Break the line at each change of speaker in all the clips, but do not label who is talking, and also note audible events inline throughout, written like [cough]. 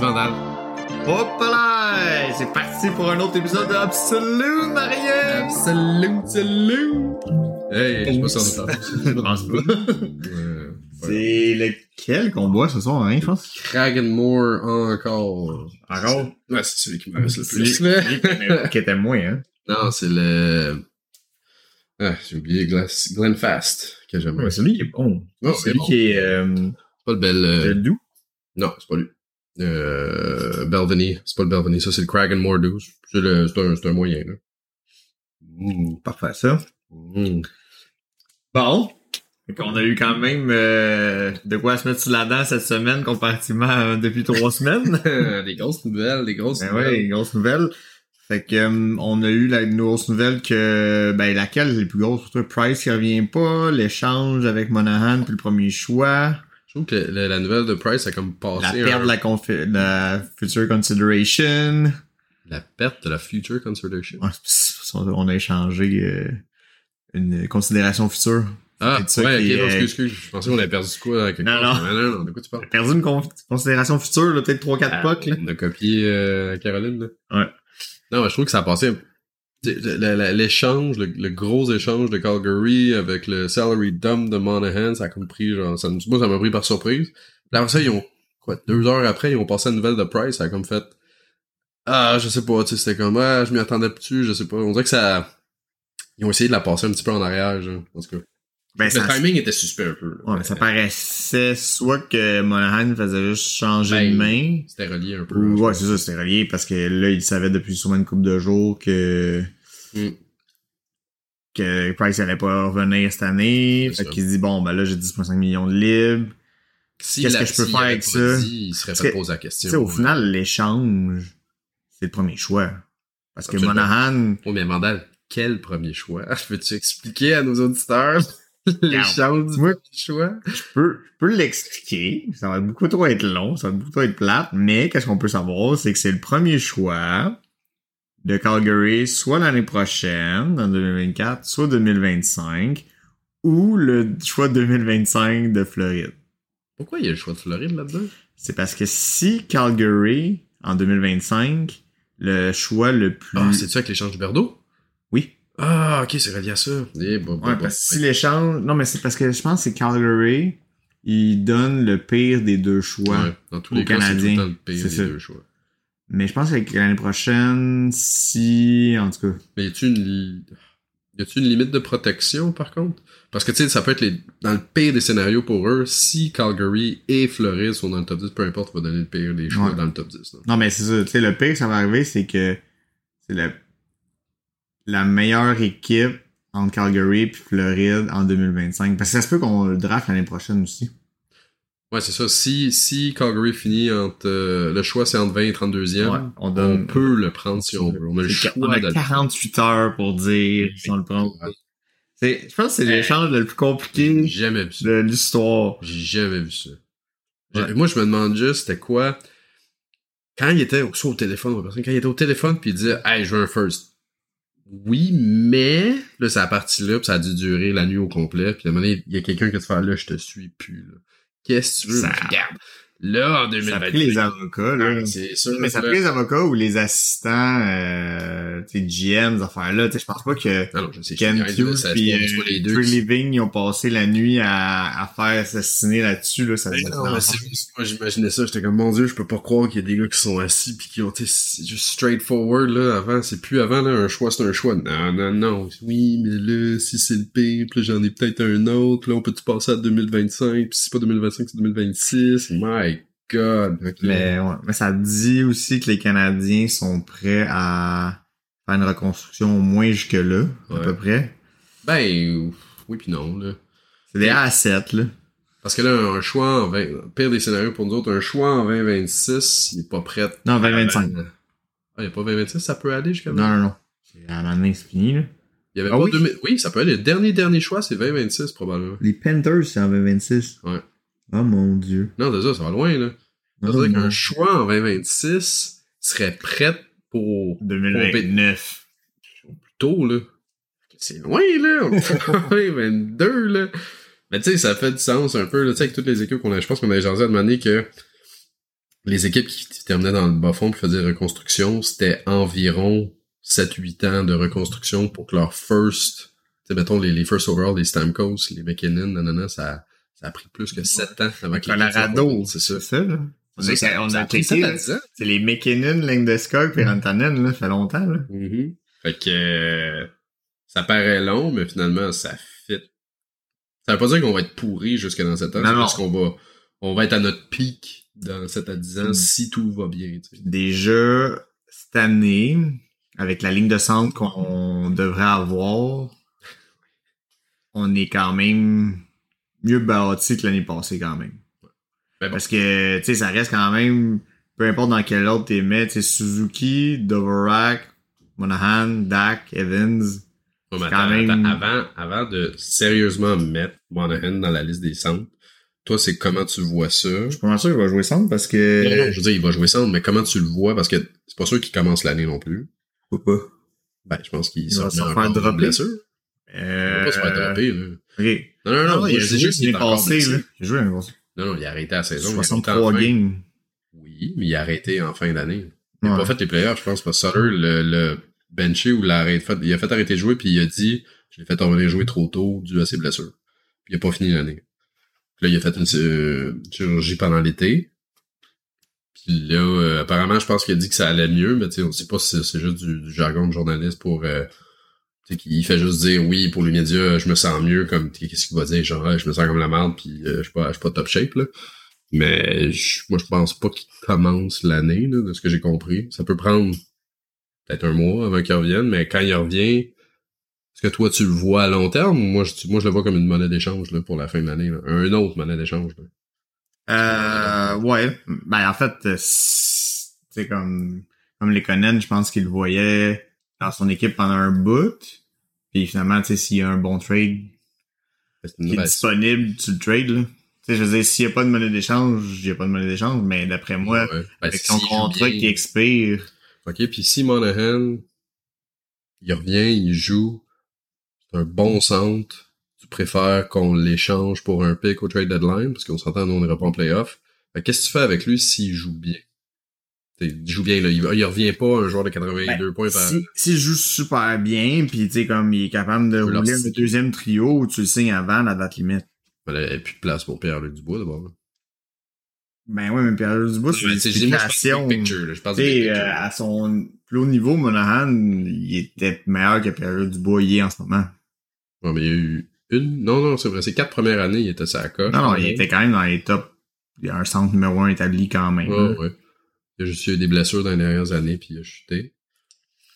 Vandal. Hop là! C'est parti pour un autre épisode d'Absolute, Marielle!
Absolument, absolument. Hey, je sais pas si on est en
Je [laughs] pense pas.
Euh,
C'est lequel qu'on boit ce soir, hein, je pense?
Kragenmoor encore.
Encore?
Ouais, c'est celui qui me reste le plus. là.
Ah, Celui qui était moins, hein?
Non, c'est le. Ah, j'ai oublié Glass... Glenfast que j'aime.
Ouais, celui qui est Ah, bon.
Non, c'est
celui
bon.
qui est, euh,
pas le bel. euh,
le doux.
Non, c'est pas lui. Euh, Belveny, c'est pas le Belveny, ça c'est le Kragenmoor 12. C'est le- c'est un, c'est un moyen, là.
Parfait, ça.
Mm.
Bon. On a eu quand même euh, de quoi se mettre sous la dent cette semaine, comparativement à euh, depuis trois [laughs] semaines.
[laughs] des grosses nouvelles, des grosses
Ben
nouvelles.
ouais, une grosse nouvelle. Fait que euh, on a eu la une grosse nouvelle que ben laquelle est la plus grosse pour toi? Price qui revient pas, l'échange avec Monahan puis le premier choix,
Je trouve que la, la nouvelle de Price a comme
la
passé
perte
un-
de la, confi- de la future consideration.
la perte de la future consideration.
Ouais, c'est- On a échangé euh, une considération future.
Ah,
C'est ça
ouais,
qui
ok,
est-
non, excuse, excuse. Je pensais qu'on avait perdu de quoi avec
Non, non.
non, non, de quoi tu parles?
J'ai perdu une con- considération future, là, peut-être
Euh,
3-4 pocs. là.
On a copié Ah, euh, Caroline, là.
Ouais.
Non, mais je trouve que ça a passé. un- tu sais, le- le- le- L'échange, le, le gros échange de Calgary avec le salary dump de Monahan, ça a comme pris, genre, ça, me- moi, ça m'a pris par surprise. Puis après ça, ils ont, quoi, deux heures après, ils ont passé la nouvelle de Price, ça a comme fait, ah, je sais pas, tu sais, c'était comme, ah, je m'y attendais plus, je sais pas. On dirait que ça, ils ont essayé de la passer un petit peu en arrière, genre, en tout cas.
Ben, ça,
le timing était suspect un peu. là.
ouais, ça paraissait soit que Monahan faisait juste changer de
Ben,
main.
C'était relié un peu.
Ouais, c'est ça, c'était relié parce que là, il savait depuis sûrement une couple de jours que,
Mm.
que Price allait pas revenir cette année.
C'est
Fait
ça.
qu'il se dit, bon, ben là, j'ai 10,5 millions de libres.
Si
Qu'est-ce
la-
que je peux
s'il
faire
avait
avec
pas
ça?
dit, il se serait
Parce
fait
que,
poser la
Tu
question.
sais, au final, l'échange, c'est le premier choix. Parce que
Absolument.
Monahan,
Oh, mais Mandal, quel premier choix? [laughs] Peux-tu expliquer à nos auditeurs [laughs] les
Regarde,
chances du
moi-
premier choix?
je peux, je peux l'expliquer. Ça va beaucoup trop être long, ça va beaucoup trop être plate. Mais qu'est-ce qu'on peut savoir, c'est que c'est le premier choix de Calgary, soit l'année prochaine, en 2024, soit 2025, ou le choix 2025 de Floride.
Pourquoi il y a le choix de Floride là-dedans?
C'est parce que si Calgary, en 2025, le choix le plus...
Ah, c'est ça avec l'échange du Berdo?
Euh, oui.
Ah, ok, c'est relié à ça. Eh, bah, bah,
Ouais,
bah,
parce que si
ouais.
l'échange... Non, mais c'est parce que je pense que c'est Calgary, il donne le pire des deux choix.
Ouais, dans tous
Au
les cas, c'est tout le
Canadien,
temps le pire
c'est
des
ça.
deux choix.
Mais je pense que l'année prochaine, si... En tout cas...
Mais y a-tu une, li- y a-tu une limite de protection, par contre? Parce que, tu sais, ça peut être les, dans le pire des scénarios pour eux, si Calgary et Floride sont dans le top 10, peu importe, on va donner le pire des choix
Ouais.
dans le top 10. là.
Non, mais c'est ça. Tu sais, le pire que ça va arriver, c'est que c'est la, la meilleure équipe entre Calgary et Floride en 2025. Parce que ça se peut qu'on le draft l'année prochaine aussi.
Ouais, c'est ça. Si, si Calgary finit entre. euh, le choix, c'est entre 20 et 32e.
on
On
donne.
peut le prendre si on veut. On a le
Mm. c'est-
choix
on a
de le
48 heures pour dire si on le prend. ou pas. C'est- Je pense que c'est l'échange le plus
J'ai
compliqué
jamais vu ça.
de l'histoire.
J'ai jamais vu ça. J'ai-
Ouais.
Moi, je me demande juste, c'était quoi. Quand il était au- soit au téléphone, ou à personne, quand il était au téléphone, puis il disait, hey, je veux un first. Oui, mais. Là, c'est la partie-là, puis ça a dû durer la nuit au complet. Puis à un moment donné, il y a quelqu'un qui te fait, là, je te suis plus. là. Qu'est-ce que tu veux?
Ça-
Regarde. Là, en
Ça a
2020.
pris les avocats, là.
C'est sûr.
Mais ça a pris les avocats ou les assistants, euh, tu sais, GM, ces affaires-là. Tu sais, je pense pas que.
Non, non, je sais.
Ken
je sais,
Hughes
Ah, ça se
puis
trouve,
euh,
tu vois, les deux
Tree
qui-
Living, ils ont passé la nuit à, à faire assassiner là-dessus. Là, ça
Mais
devait
non,
être
mais c'est juste, moi j'imaginais ça, j'étais comme mon dieu, je peux pas croire qu'il y a des gars qui sont assis pis qui ont été si- juste straightforward là avant, c'est plus avant là, un choix c'est un choix. Non, non, non. Oui, mais là, si c'est le pire, pis là, j'en ai peut-être un autre, pis là on peut-tu passer à 2025, pis si c'est pas 2025, c'est 2026. My god. ok.
mais, ouais. mais ça dit aussi que les Canadiens sont prêts à faire une reconstruction au moins jusque-là, à
Ouais.
peu près.
Ben oui pis non là.
C'est des A7, là.
Parce que là, un choix en 20... Pire des scénarios pour nous autres, un choix en 2026, il est pas prêt.
Non, 2025.
Ah, il est pas 2026, ça peut aller jusqu'à
Non, non, non. C'est- À un moment donné, c'est fini, là.
Il y avait
Ah
pas
oui?
2000 Oui, ça peut aller. Le dernier, dernier choix, c'est 2026, probablement.
Les Panthers, c'est en 2026.
Ouais.
Oh mon dieu.
Non, déjà, ça va loin, là. Ça veut dire qu'un choix en 2026 serait prêt pour
2029.
tôt, là. C'est loin, [laughs] là. On est en 2022, là. Mais tu sais, ça fait du sens un peu, là. Tu sais, avec toutes les équipes qu'on a, je pense qu'on a déjà à demander que les équipes qui terminaient dans le bas-fond et faisaient reconstruction, c'était environ 7-8 ans de reconstruction pour que leur first, tu sais, mettons, les, les first overall, les Stamkos, les McKinnon, nanana, ça, ça a pris plus que 7 ans avant qu'ils
Colorado,
c'est ça.
ça, là. On
Ça,
a-
ça-
on
ça
a
pris
checké,
sept à
là.
dix ans.
C'est les McKinnon, Landeskog, puis Rantanen, là, fait longtemps, là. Mm-hmm.
Fait que euh, ça paraît long, mais finalement, ça fit. Ça veut pas dire qu'on va être pourri jusque dans 7 ans,
Non,
c'est
non.
parce qu'on va, on va être à notre pic dans 7 à 10 ans
Mm.
si tout va bien. tu sais.
Déjà, cette année, avec la ligne de centre qu'on devrait avoir, on est quand même mieux bâti que l'année passée, quand même.
Ben bon.
Parce que, tu sais, ça reste quand même, peu importe dans quel ordre tu mets, tu sais, Suzuki, Dvorak, Monahan, Dak, Evans.
Ouais, mais
C'est
attends,
quand même-
attends, avant, avant de sérieusement mettre Monahan dans la liste des centres, toi, c'est comment tu vois ça?
Je suis pas mal sûr qu'il va jouer centre parce que...
Non, non, je veux dire, il va jouer centre, mais comment tu le vois? Parce que c'est pas sûr qu'il commence l'année non plus.
Ou pas.
Ben, je pense qu'il
Il va
remet
se faire
encore d'une
dropper.
blessure. Il va
Euh...
pas se faire dropper, là.
OK.
Non, non, non,
Non, il a
Ah, je dis
joué
juste qu'il est
l'année
encore
passée,
blessé.
là. Il a joué l'année passée.
Non, non, il a arrêté la saison. il a arrêté en
63
fin-
games.
Oui, mais il a arrêté en fin d'année. Il n'a
Ouais.
pas fait les players, je pense, parce que Sutter le, le benché ou l'a arrêté- fait, il a fait arrêter de jouer, puis il a dit je l'ai fait revenir jouer trop tôt dû à ses blessures. Puis il a pas fini l'année. Puis là, il a fait une euh, chirurgie pendant l'été. Puis là, euh, apparemment, je pense qu'il a dit que ça allait mieux, mais tu sais, on sait pas si c'est- c'est juste du, du jargon de journaliste pour. euh, tu sais, qu'il fait juste dire oui pour les médias, je me sens mieux, comme qu'est-ce qu'il va dire, genre Ah, je me sens comme la merde, puis euh, je suis pas, je suis pas top shape là. Mais je- moi, je pense pas qu'il commence l'année, là, de ce que j'ai compris. Ça peut prendre peut-être un mois avant qu'il revienne, mais quand il revient, est-ce que toi, tu le vois à long terme? Moi, je, moi, je le vois comme une monnaie d'échange là, pour la fin de l'année. là. Un autre monnaie d'échange. là.
Euh, ouais. Ben, en fait, euh, c'est c'est comme, comme les Conan, je pense qu'il le voyait dans son équipe pendant un bout. Puis finalement, tu sais, s'il y a un bon trade
Parce que,
qui est
ben,
disponible, tu le trades, là. Tu sais, je veux dire, s'il n'y a pas de monnaie d'échange, il n'y a pas de monnaie d'échange, mais d'après moi,
ouais. Ben,
avec
s'il
son
joue
contrat
bien-
qui expire,
OK, puis si Monahan, il revient, il joue, c'est un bon centre, tu préfères qu'on l'échange pour un pick au trade deadline, parce qu'on s'entend, nous, on ira pas en playoff. Fait que Qu'est-ce que tu fais avec lui s'il joue bien? T'sais, il joue bien, là. Il, va- il revient pas un joueur de 82 points par...
Ben, si- s'il joue super bien, puis tu sais, comme il est capable de
Tu leur
rouler
signes.
le deuxième trio, tu le signes avant la date limite.
Ben là, Il n'y a plus de place pour Pierre-Luc Dubois, d'abord. là.
Ben ouais, mais Pierre Dubois, c'est
Ben,
une
t'sais, je dis, moi, je parle du
explication.
big picture, là. Je parle
Tu
du big
sais,
picture.
euh, à son plus haut niveau, Monahan, il était meilleur que Pierre Dubois il est en ce moment.
Ouais, mais il y a eu une... Non, non, c'est vrai. Ses quatre premières années, il était sur la coche.
Non, non, il était quand même dans les top. Il y a un centre numéro un établi quand même. là.
Ouais, ouais. Il a juste eu des blessures dans les dernières années, puis il a chuté.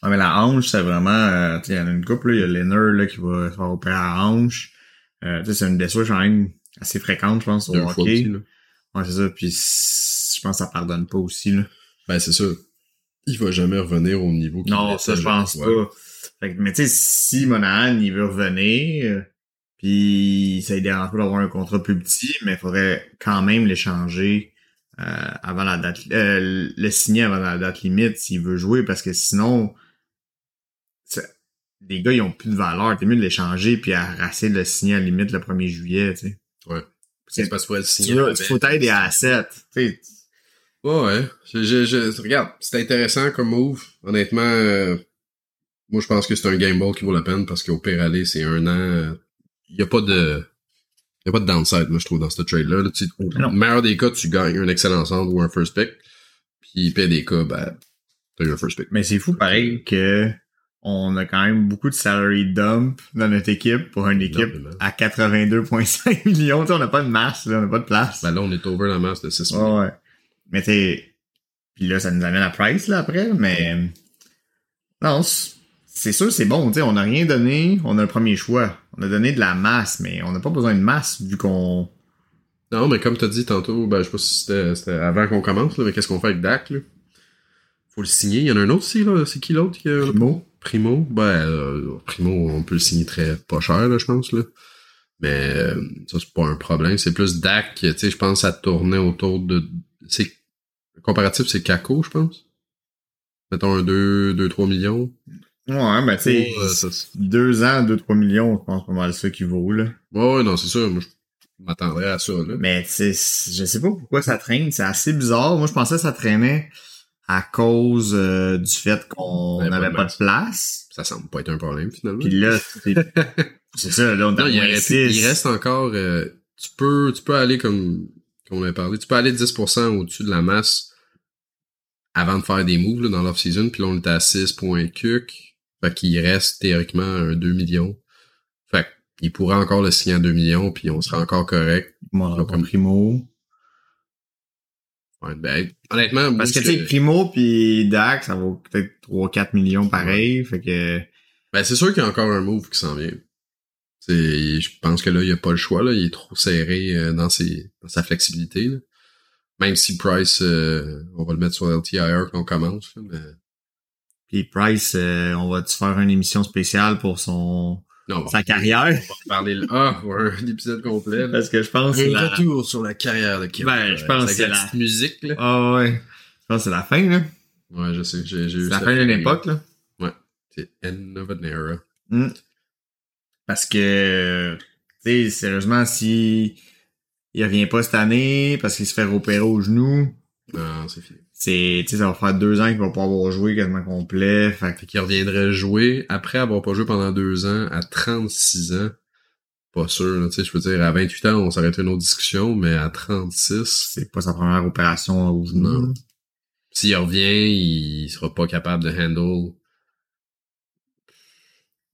Ouais, mais la hanche, c'est vraiment. euh, tu sais, il y en a une couple, là. il y a Lenner là, qui va se faire opérer à la hanche. Euh, tu sais, c'est une blessure quand même assez fréquente, je pense, au
Deux fois aussi,
hockey.
là.
Ouais, c'est ça. Puis c- je pense que ça pardonne pas aussi. Là.
Ben, c'est sûr. Il va jamais revenir au niveau qu'il
Non,
était,
ça, je
là.
pense
Ouais.
pas. Fait que, mais tu sais, si Monahan, il veut revenir, euh, puis ça lui dérange pas d'avoir un contrat plus petit, mais il faudrait quand même l'échanger euh, avant la date, euh, le signer avant la date limite s'il veut jouer, parce que sinon, ça- les gars, ils ont plus de valeur. T'es mieux de l'échanger puis arrasser de le signer à la limite le 1er juillet, tu sais.
Ouais.
C'est-
C'est parce qu'il faut être
Tu
signé.
veux,
avec-
faut t'aider à 7. Tu sais,
Ouais, ouais. Je, je, je- regarde, c'est intéressant comme move. Honnêtement, euh, moi, je pense que c'est un game ball qui vaut la peine parce qu'au pire aller, c'est un an. euh, Il n'y a pas de. Il n'y a pas de downside, moi, je trouve, dans ce trade-là. Là, tu- au
Non.
meilleur des cas, tu gagnes un excellent centre ou un first pick. Puis, pire des cas, ben, t'as eu un first pick.
Mais c'est fou pareil que on a quand même beaucoup de salary dump dans notre équipe pour une équipe
Énormément.
à 82,5 [laughs] millions. Tu sais, on n'a pas de masse, là, on n'a pas de place.
Ben là, on est over la masse de 6
Ouais, ouais. Mais tu sais, puis là, ça nous amène à Price là, après, mais non, c- c'est sûr, c'est bon. tu sais, on n'a rien donné, on a le premier choix. On a donné de la masse, mais on n'a pas besoin de masse vu qu'on.
Non, mais comme t'as dit tantôt, ben, je sais pas si c'était- c'était avant qu'on commence, là, mais qu'est-ce qu'on fait avec Dak, là? Faut le signer. Il y en a un autre aussi, là. C'est qui l'autre qui a-
Primo.
Primo? Ben, euh, Primo, on peut le signer très pas cher, là, je pense, là. Mais euh, ça, c'est pas un problème. C'est plus Dak, tu sais, je pense, ça tournait autour de... C'est... Le comparatif, c'est Kako, je pense. Mettons un 2, 2, 3 millions.
Ouais, ben tu sais,
Oh, euh, ça, c'est-
deux ans, deux, trois millions, je pense pas mal ça qui vaut, là.
Ouais, ouais, non, c'est sûr. Moi, je m'attendrais à ça, là.
Mais tu sais, je sais pas pourquoi ça traîne. C'est assez bizarre. Moi, je pensais que ça traînait à cause euh, du fait qu'on
Ouais,
n'avait
Ben, pas
pas de place.
Ça semble pas être un problème, finalement.
Puis là, c'est c'est ça, là, on est à
Non, il,
moins
reste,
six.
il reste encore. euh, tu peux, tu peux aller comme, comme on avait parlé, tu peux aller 10% au-dessus de la masse avant de faire des moves là, dans l'off-season. Puis là, on est à 6 points cuc. Fait qu'il reste théoriquement un 2 millions. Fait qu'il pourrait encore le signer à 2 millions, puis on sera encore correct.
Moi, on aura pas Primo.
Ouais, ben,
Parce
honnêtement, moi,
que,
ce
tu sais, Primo puis Dak, ça vaut peut-être 3-4 millions pareil. Fait que,
ben, c'est sûr qu'il y a encore un move qui s'en vient. C'est, je pense que là, il n'y a pas le choix. Là. Il est trop serré euh, dans, ses, dans sa flexibilité. là. Même si Price, euh, on va le mettre sur LTIR qu'on commence. là, mais...
puis Price, euh, on va-tu faire une émission spéciale pour son,
Non, on va
sa carrière?
parler là. Ah, ouais, un [laughs] épisode complet. là.
Parce que je pense que
Un
la...
retour sur la carrière de Kevin. euh,
Ben, je pense que c'est
la
la-
petite musique. Là.
Ah ouais. Je pense que c'est la fin, là.
Ouais, je sais. J'ai, j'ai
C'est
eu
la
ça.
fin d'une époque, là.
C'est end of an era.
Parce que, tu sais, sérieusement, si il revient pas cette année parce qu'il se fait repérer au genou,
Non, c'est fini.
c'est, tu sais, ça va faire deux ans qu'il va pas avoir joué quasiment complet. Fait que,
Fait qu'il reviendrait jouer après avoir pas joué pendant deux ans à 36 ans. Pas sûr, là, tu sais, je veux dire, à 28 ans, on s'arrêterait une autre discussion, mais à 36,
c'est pas sa première opération au genou.
Non. s'il revient, il sera pas capable de handle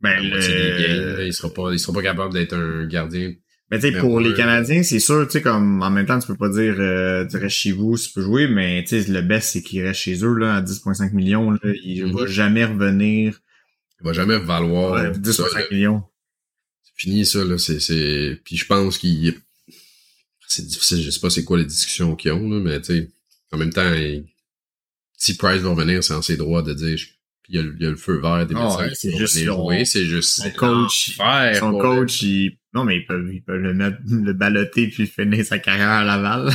Ben,
la moitié
le-
des games, là. Il sera pas, il sera pas capable d'être un gardien.
Mais ben, tu sais,
Mais
pour
on
les
peut-
Canadiens, c'est sûr, tu sais, comme en même temps, tu peux pas dire euh, tu restes chez vous si tu peux jouer, mais tu sais, le best, c'est qu'ils restent chez eux là, à 10,5 millions. Là, il
Mhm.
va jamais revenir
Il va jamais valoir.
à
ça, là.
10,5 millions.
C'est fini, ça, là. C'est, c'est, puis je pense qu'il, c'est difficile. Je sais pas c'est quoi les discussions qu'ils ont, là, mais tu sais, en même temps, il- si Price va revenir, c'est en ses droits de dire, je- puis il y, a, le- il y a le feu vert des
Ah
médecins
ouais,
qui
c'est
vont
juste
venir
son-
jouer. C'est juste
son coach,
l'enfer
Son
pour
coach, il... non, mais ils peuvent, ils peuvent le mettre, le balloter puis finir sa carrière à Laval.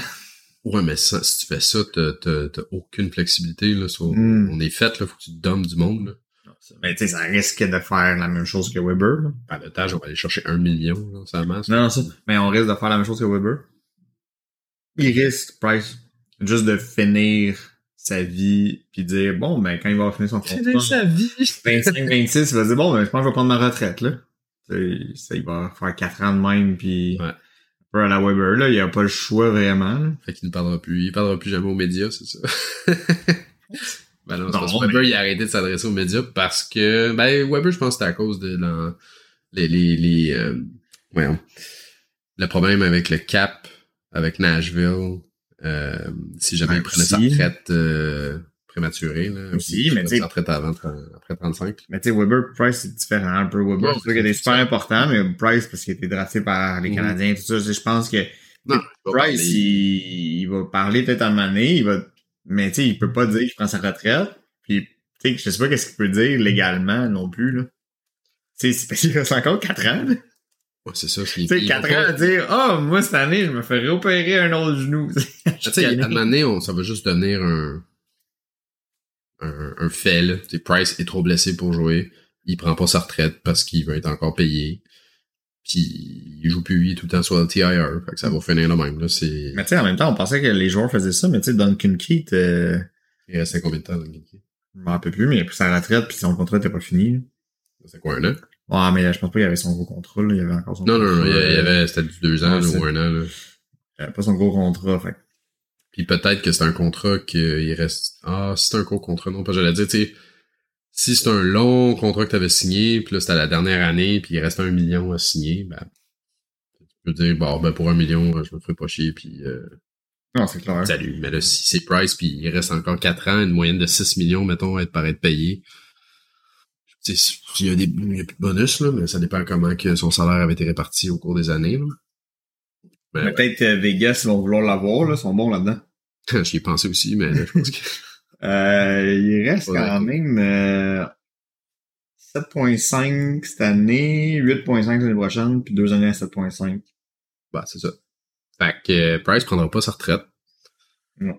le- Ouais, mais ça, si tu fais ça, t'as, t'as, t'as aucune flexibilité, là. sur-
Mm.
On est fait, là. Faut que tu te donnes du monde, là.
[laughs] mais tu sais, ça risque de faire la même chose que Weber. là.
À l'étage, on va aller chercher un million, là, ça masse.
Non, non, ça. Mais on risque de faire la même chose que Weber. Il risque, Price, juste de finir sa vie puis dire, bon, ben, quand il va finir son contrat.
vie!
25, 26, il va dire bon, ben, je pense que je vais prendre ma retraite, là. Tu sais, ça, il va faire 4 ans de même, puis
Ouais.
un peu à la Weber, là, il a pas le choix vraiment. là.
Fait qu'il ne parlera plus. Il parlera plus jamais aux médias,
[laughs]
c'est ça. ben non, c'est
Non,
parce que
mais-
Weber, il a arrêté de s'adresser aux médias parce que, ben, Weber, je pense que c'était à cause de la- les, les, les, euh, voyons, le problème avec le cap, avec Nashville, euh, si jamais
Ben,
il prenait sa
aussi.
retraite, euh, prématurée, là.
Aussi,
Il
mais
prenait
tu sais-
Sa retraite avant, 30 après 35.
Mais tu sais, Weber, Price, c'est différent un peu. Weber,
Ouais,
c'est sûr qu'il était
c'est
super important, mais Price, parce qu'il a été drafté par les
Mhm.
Canadiens, tout ça, tu sais, je pense que
Non,
Price,
il...
il, il va parler peut-être à un moment donné, il va, mais tu sais, il peut pas dire qu'il prend sa retraite, puis tu sais, je sais pas qu'est-ce qu'il peut dire légalement non plus, là. Tu sais, c'est parce qu'il reste encore 4 ans, là.
Ouais, c'est ça. c'est-
Tu sais,
il-
4
il-
ans à dire, ah, moi, cette année, je me fais repérer un autre genou. [laughs]
Tu sais, à un moment donné, on- ça va juste devenir un, un, un fait. là. Tu sais, Price est trop blessé pour jouer. Il prend pas sa retraite parce qu'il veut être encore payé. Puis il joue plus lui tout le temps sur le TIR. Fait que ça va finir le même. Là, c'est...
Mm. mais tu sais, en même temps, on pensait que les joueurs faisaient ça, mais tu sais, Duncan Keith, euh,
Il restait combien de temps dans le game?
je m'en rappelle plus, mais il a pris sa retraite, puis son contrat était pas fini. là.
C'était quoi, un an?
Ah, mais là, je pense pas qu'il avait son gros contrat, là. Il y avait encore son
Non, non, non.
contrat,
Il y
euh,
avait, c'était du deux ans
Ouais,
là,
c'est-
ou un an. Là.
il avait pas son gros contrat, fait. que-
Puis peut-être que c'est un contrat qu'il reste. Ah, c'est un court contrat, non, pas j'allais dire, tu sais, si c'est un long contrat que tu avais signé, puis là c'était la dernière année, puis il restait un million à signer, ben tu peux dire bon ben pour un million, je me ferai pas chier, puis euh,
Non, c'est clair.
salut. Mais là, si c'est Price, puis il reste encore quatre ans, une moyenne de 6 millions, mettons, à être par être payé. Tu sais, Il y, a des, il y a plus de bonus, là, mais ça dépend comment que son salaire avait été réparti au cours des années. Là. Mais ouais,
Peut-être euh, Vegas, ils vont vouloir l'avoir, là. Ils sont bons là-dedans.
[laughs] j'y ai pensé aussi, mais là, je pense que
Euh, il reste
Ouais,
quand même, euh, 7.5 cette année, 8.5 l'année prochaine, puis deux années à 7.5.
Bah, c'est ça. Fait que euh, Price prendra pas sa retraite.
Non.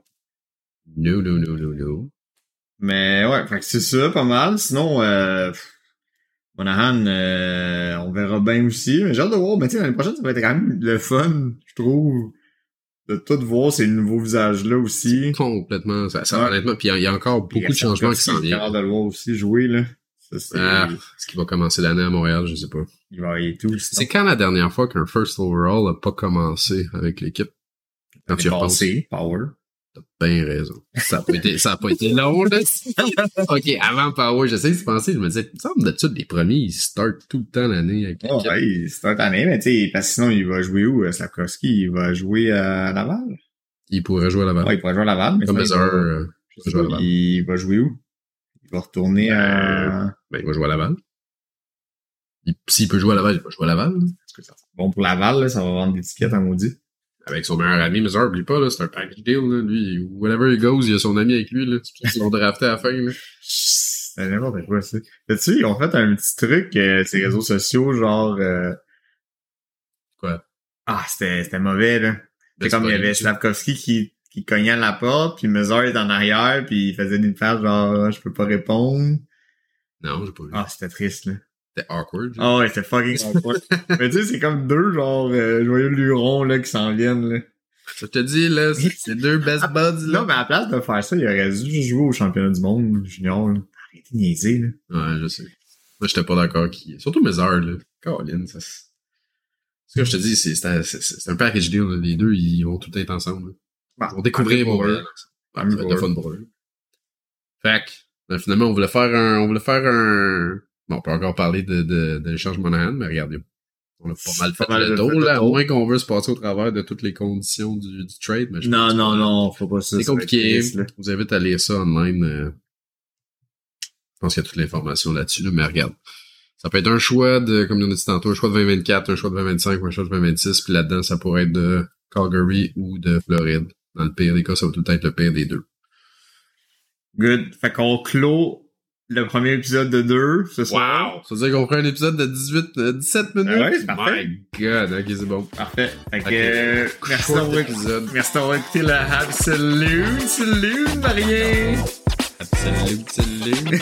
Non, non, non, non, non.
Mais ouais, fait que c'est ça, pas mal. Sinon, euh, pff, Monahan, euh, on verra bien aussi. Mais j'ai hâte de voir. Mais tu sais, l'année prochaine, ça va être quand même le fun, je trouve, de tout voir ces nouveaux visages-là aussi.
Complètement. Ça, ça,
Ouais.
Honnêtement, puis il y a- il y, a encore
Puis,
beaucoup de changements qui s'en
J'ai
viennent.
hâte de le voir aussi jouer, là. Ça, c'est...
Ah, ce qui va commencer l'année à Montréal, je sais pas.
Il va y aller tout.
C'est quand la dernière fois qu'un first overall a pas commencé avec l'équipe? Quand tu y repenses,
passé. Power.
bien raison. Ça a pas été, ça a pas été long, [laughs] là. ok, avant Power, j'essaie de penser, je me disais, il me semble d'habitude, les premiers, ils startent tout le temps l'année avec
Oh,
l'équipe.
ouais, c'est un année, mais tu sais, parce que sinon, il va jouer où, euh, Slavkovski? Il va jouer euh, à Laval?
Ils pourraient jouer à l'avant.
Ouais, il pourrait jouer à Laval, mais
Ah. Comme
sinon,
Bezer,
il va-
euh,
je sais
jouer à
pas,
Laval.
il va jouer où? Il va retourner à...
ben, il va jouer à l'avant. Il- S'il peut jouer à l'avant, il va jouer à l'avant.
Bon, pour Laval, là, ça va vendre des tickets à maudit.
Avec son meilleur ami, Mazur, oublie pas, là, c'est un package deal, là, lui. Whenever he goes, il a son ami avec lui, là. C'est pour ça qu'ils l'ont drafté à la fin, là.
C'est n'importe quoi, ça. T'as-tu, ils ont fait un petit truc, euh, ces réseaux sociaux, genre... euh,
Quoi?
Ah, c'était c'était mauvais, là. Ben, C'est comme il y avait Slavkovski qui, qui cognait à la porte, puis Mazur est en arrière, puis il faisait des phrases genre « je peux pas répondre
Non, j'ai pas vu. ».
Ah, c'était triste, là.
C'était awkward.
Ah ouais, c'était fucking awkward. [laughs] Mais tu sais, c'est comme deux, genre, euh, joyeux lurons, là, qui s'en viennent, là.
Je te dis, là, c'est c'est deux best buds,
Non,
là.
mais à la place de faire ça, il aurait dû juste jouer au championnat du monde, junior, là. Arrêtez de niaiser, là.
Ouais, je sais. Moi, j'étais pas d'accord qui. Surtout Mazur, là. Caroline, ça. c'est- Ce que je te dis, c'est- c'est un- c'est c'est un package deal, là. Les deux, ils vont tout être ensemble, là.
Bah,
Ils vont découvrir
tant mieux pour
Montréal.
Tant
Ouais, ça
mieux
va être
pour
le fun pour eux. Fait que, euh, finalement, on voulait faire un, on voulait faire un, bon, on peut encore parler de, de, de l'échange Monahan, mais regardez. On a pas mal fait
Pas mal
le
fait
tour,
le
là, à
tour.
moins qu'on veut se passer au travers de toutes les conditions du, du trade, mais je
Non,
pense
non,
pas.
non, faut pas ça.
C'est
ça va être
compliqué.
triste, là.
Je vous invite à lire ça online. euh, Je pense qu'il y a toute l'information là-dessus, là, mais regarde. Ça peut être un choix de, comme on a dit tantôt, un choix de 2024, un choix de 2025, un choix de 2026, puis là-dedans, ça pourrait être de Calgary ou de Floride. Dans le pire des cas, ça va tout le temps être le pire des deux.
Good. Fait qu'on clôt le premier épisode de deux, ce soir.
Ça veut dire qu'on ferait un épisode de 18, euh, 17 minutes.
Ah ouais, c'est parfait.
My God, ok, c'est bon.
Parfait. Fait que,
Ok.
euh, merci
Short
d'avoir écouté.
épisode.
Merci d'avoir écouté le Absolute, Salut, Marien!
Absolute, salut.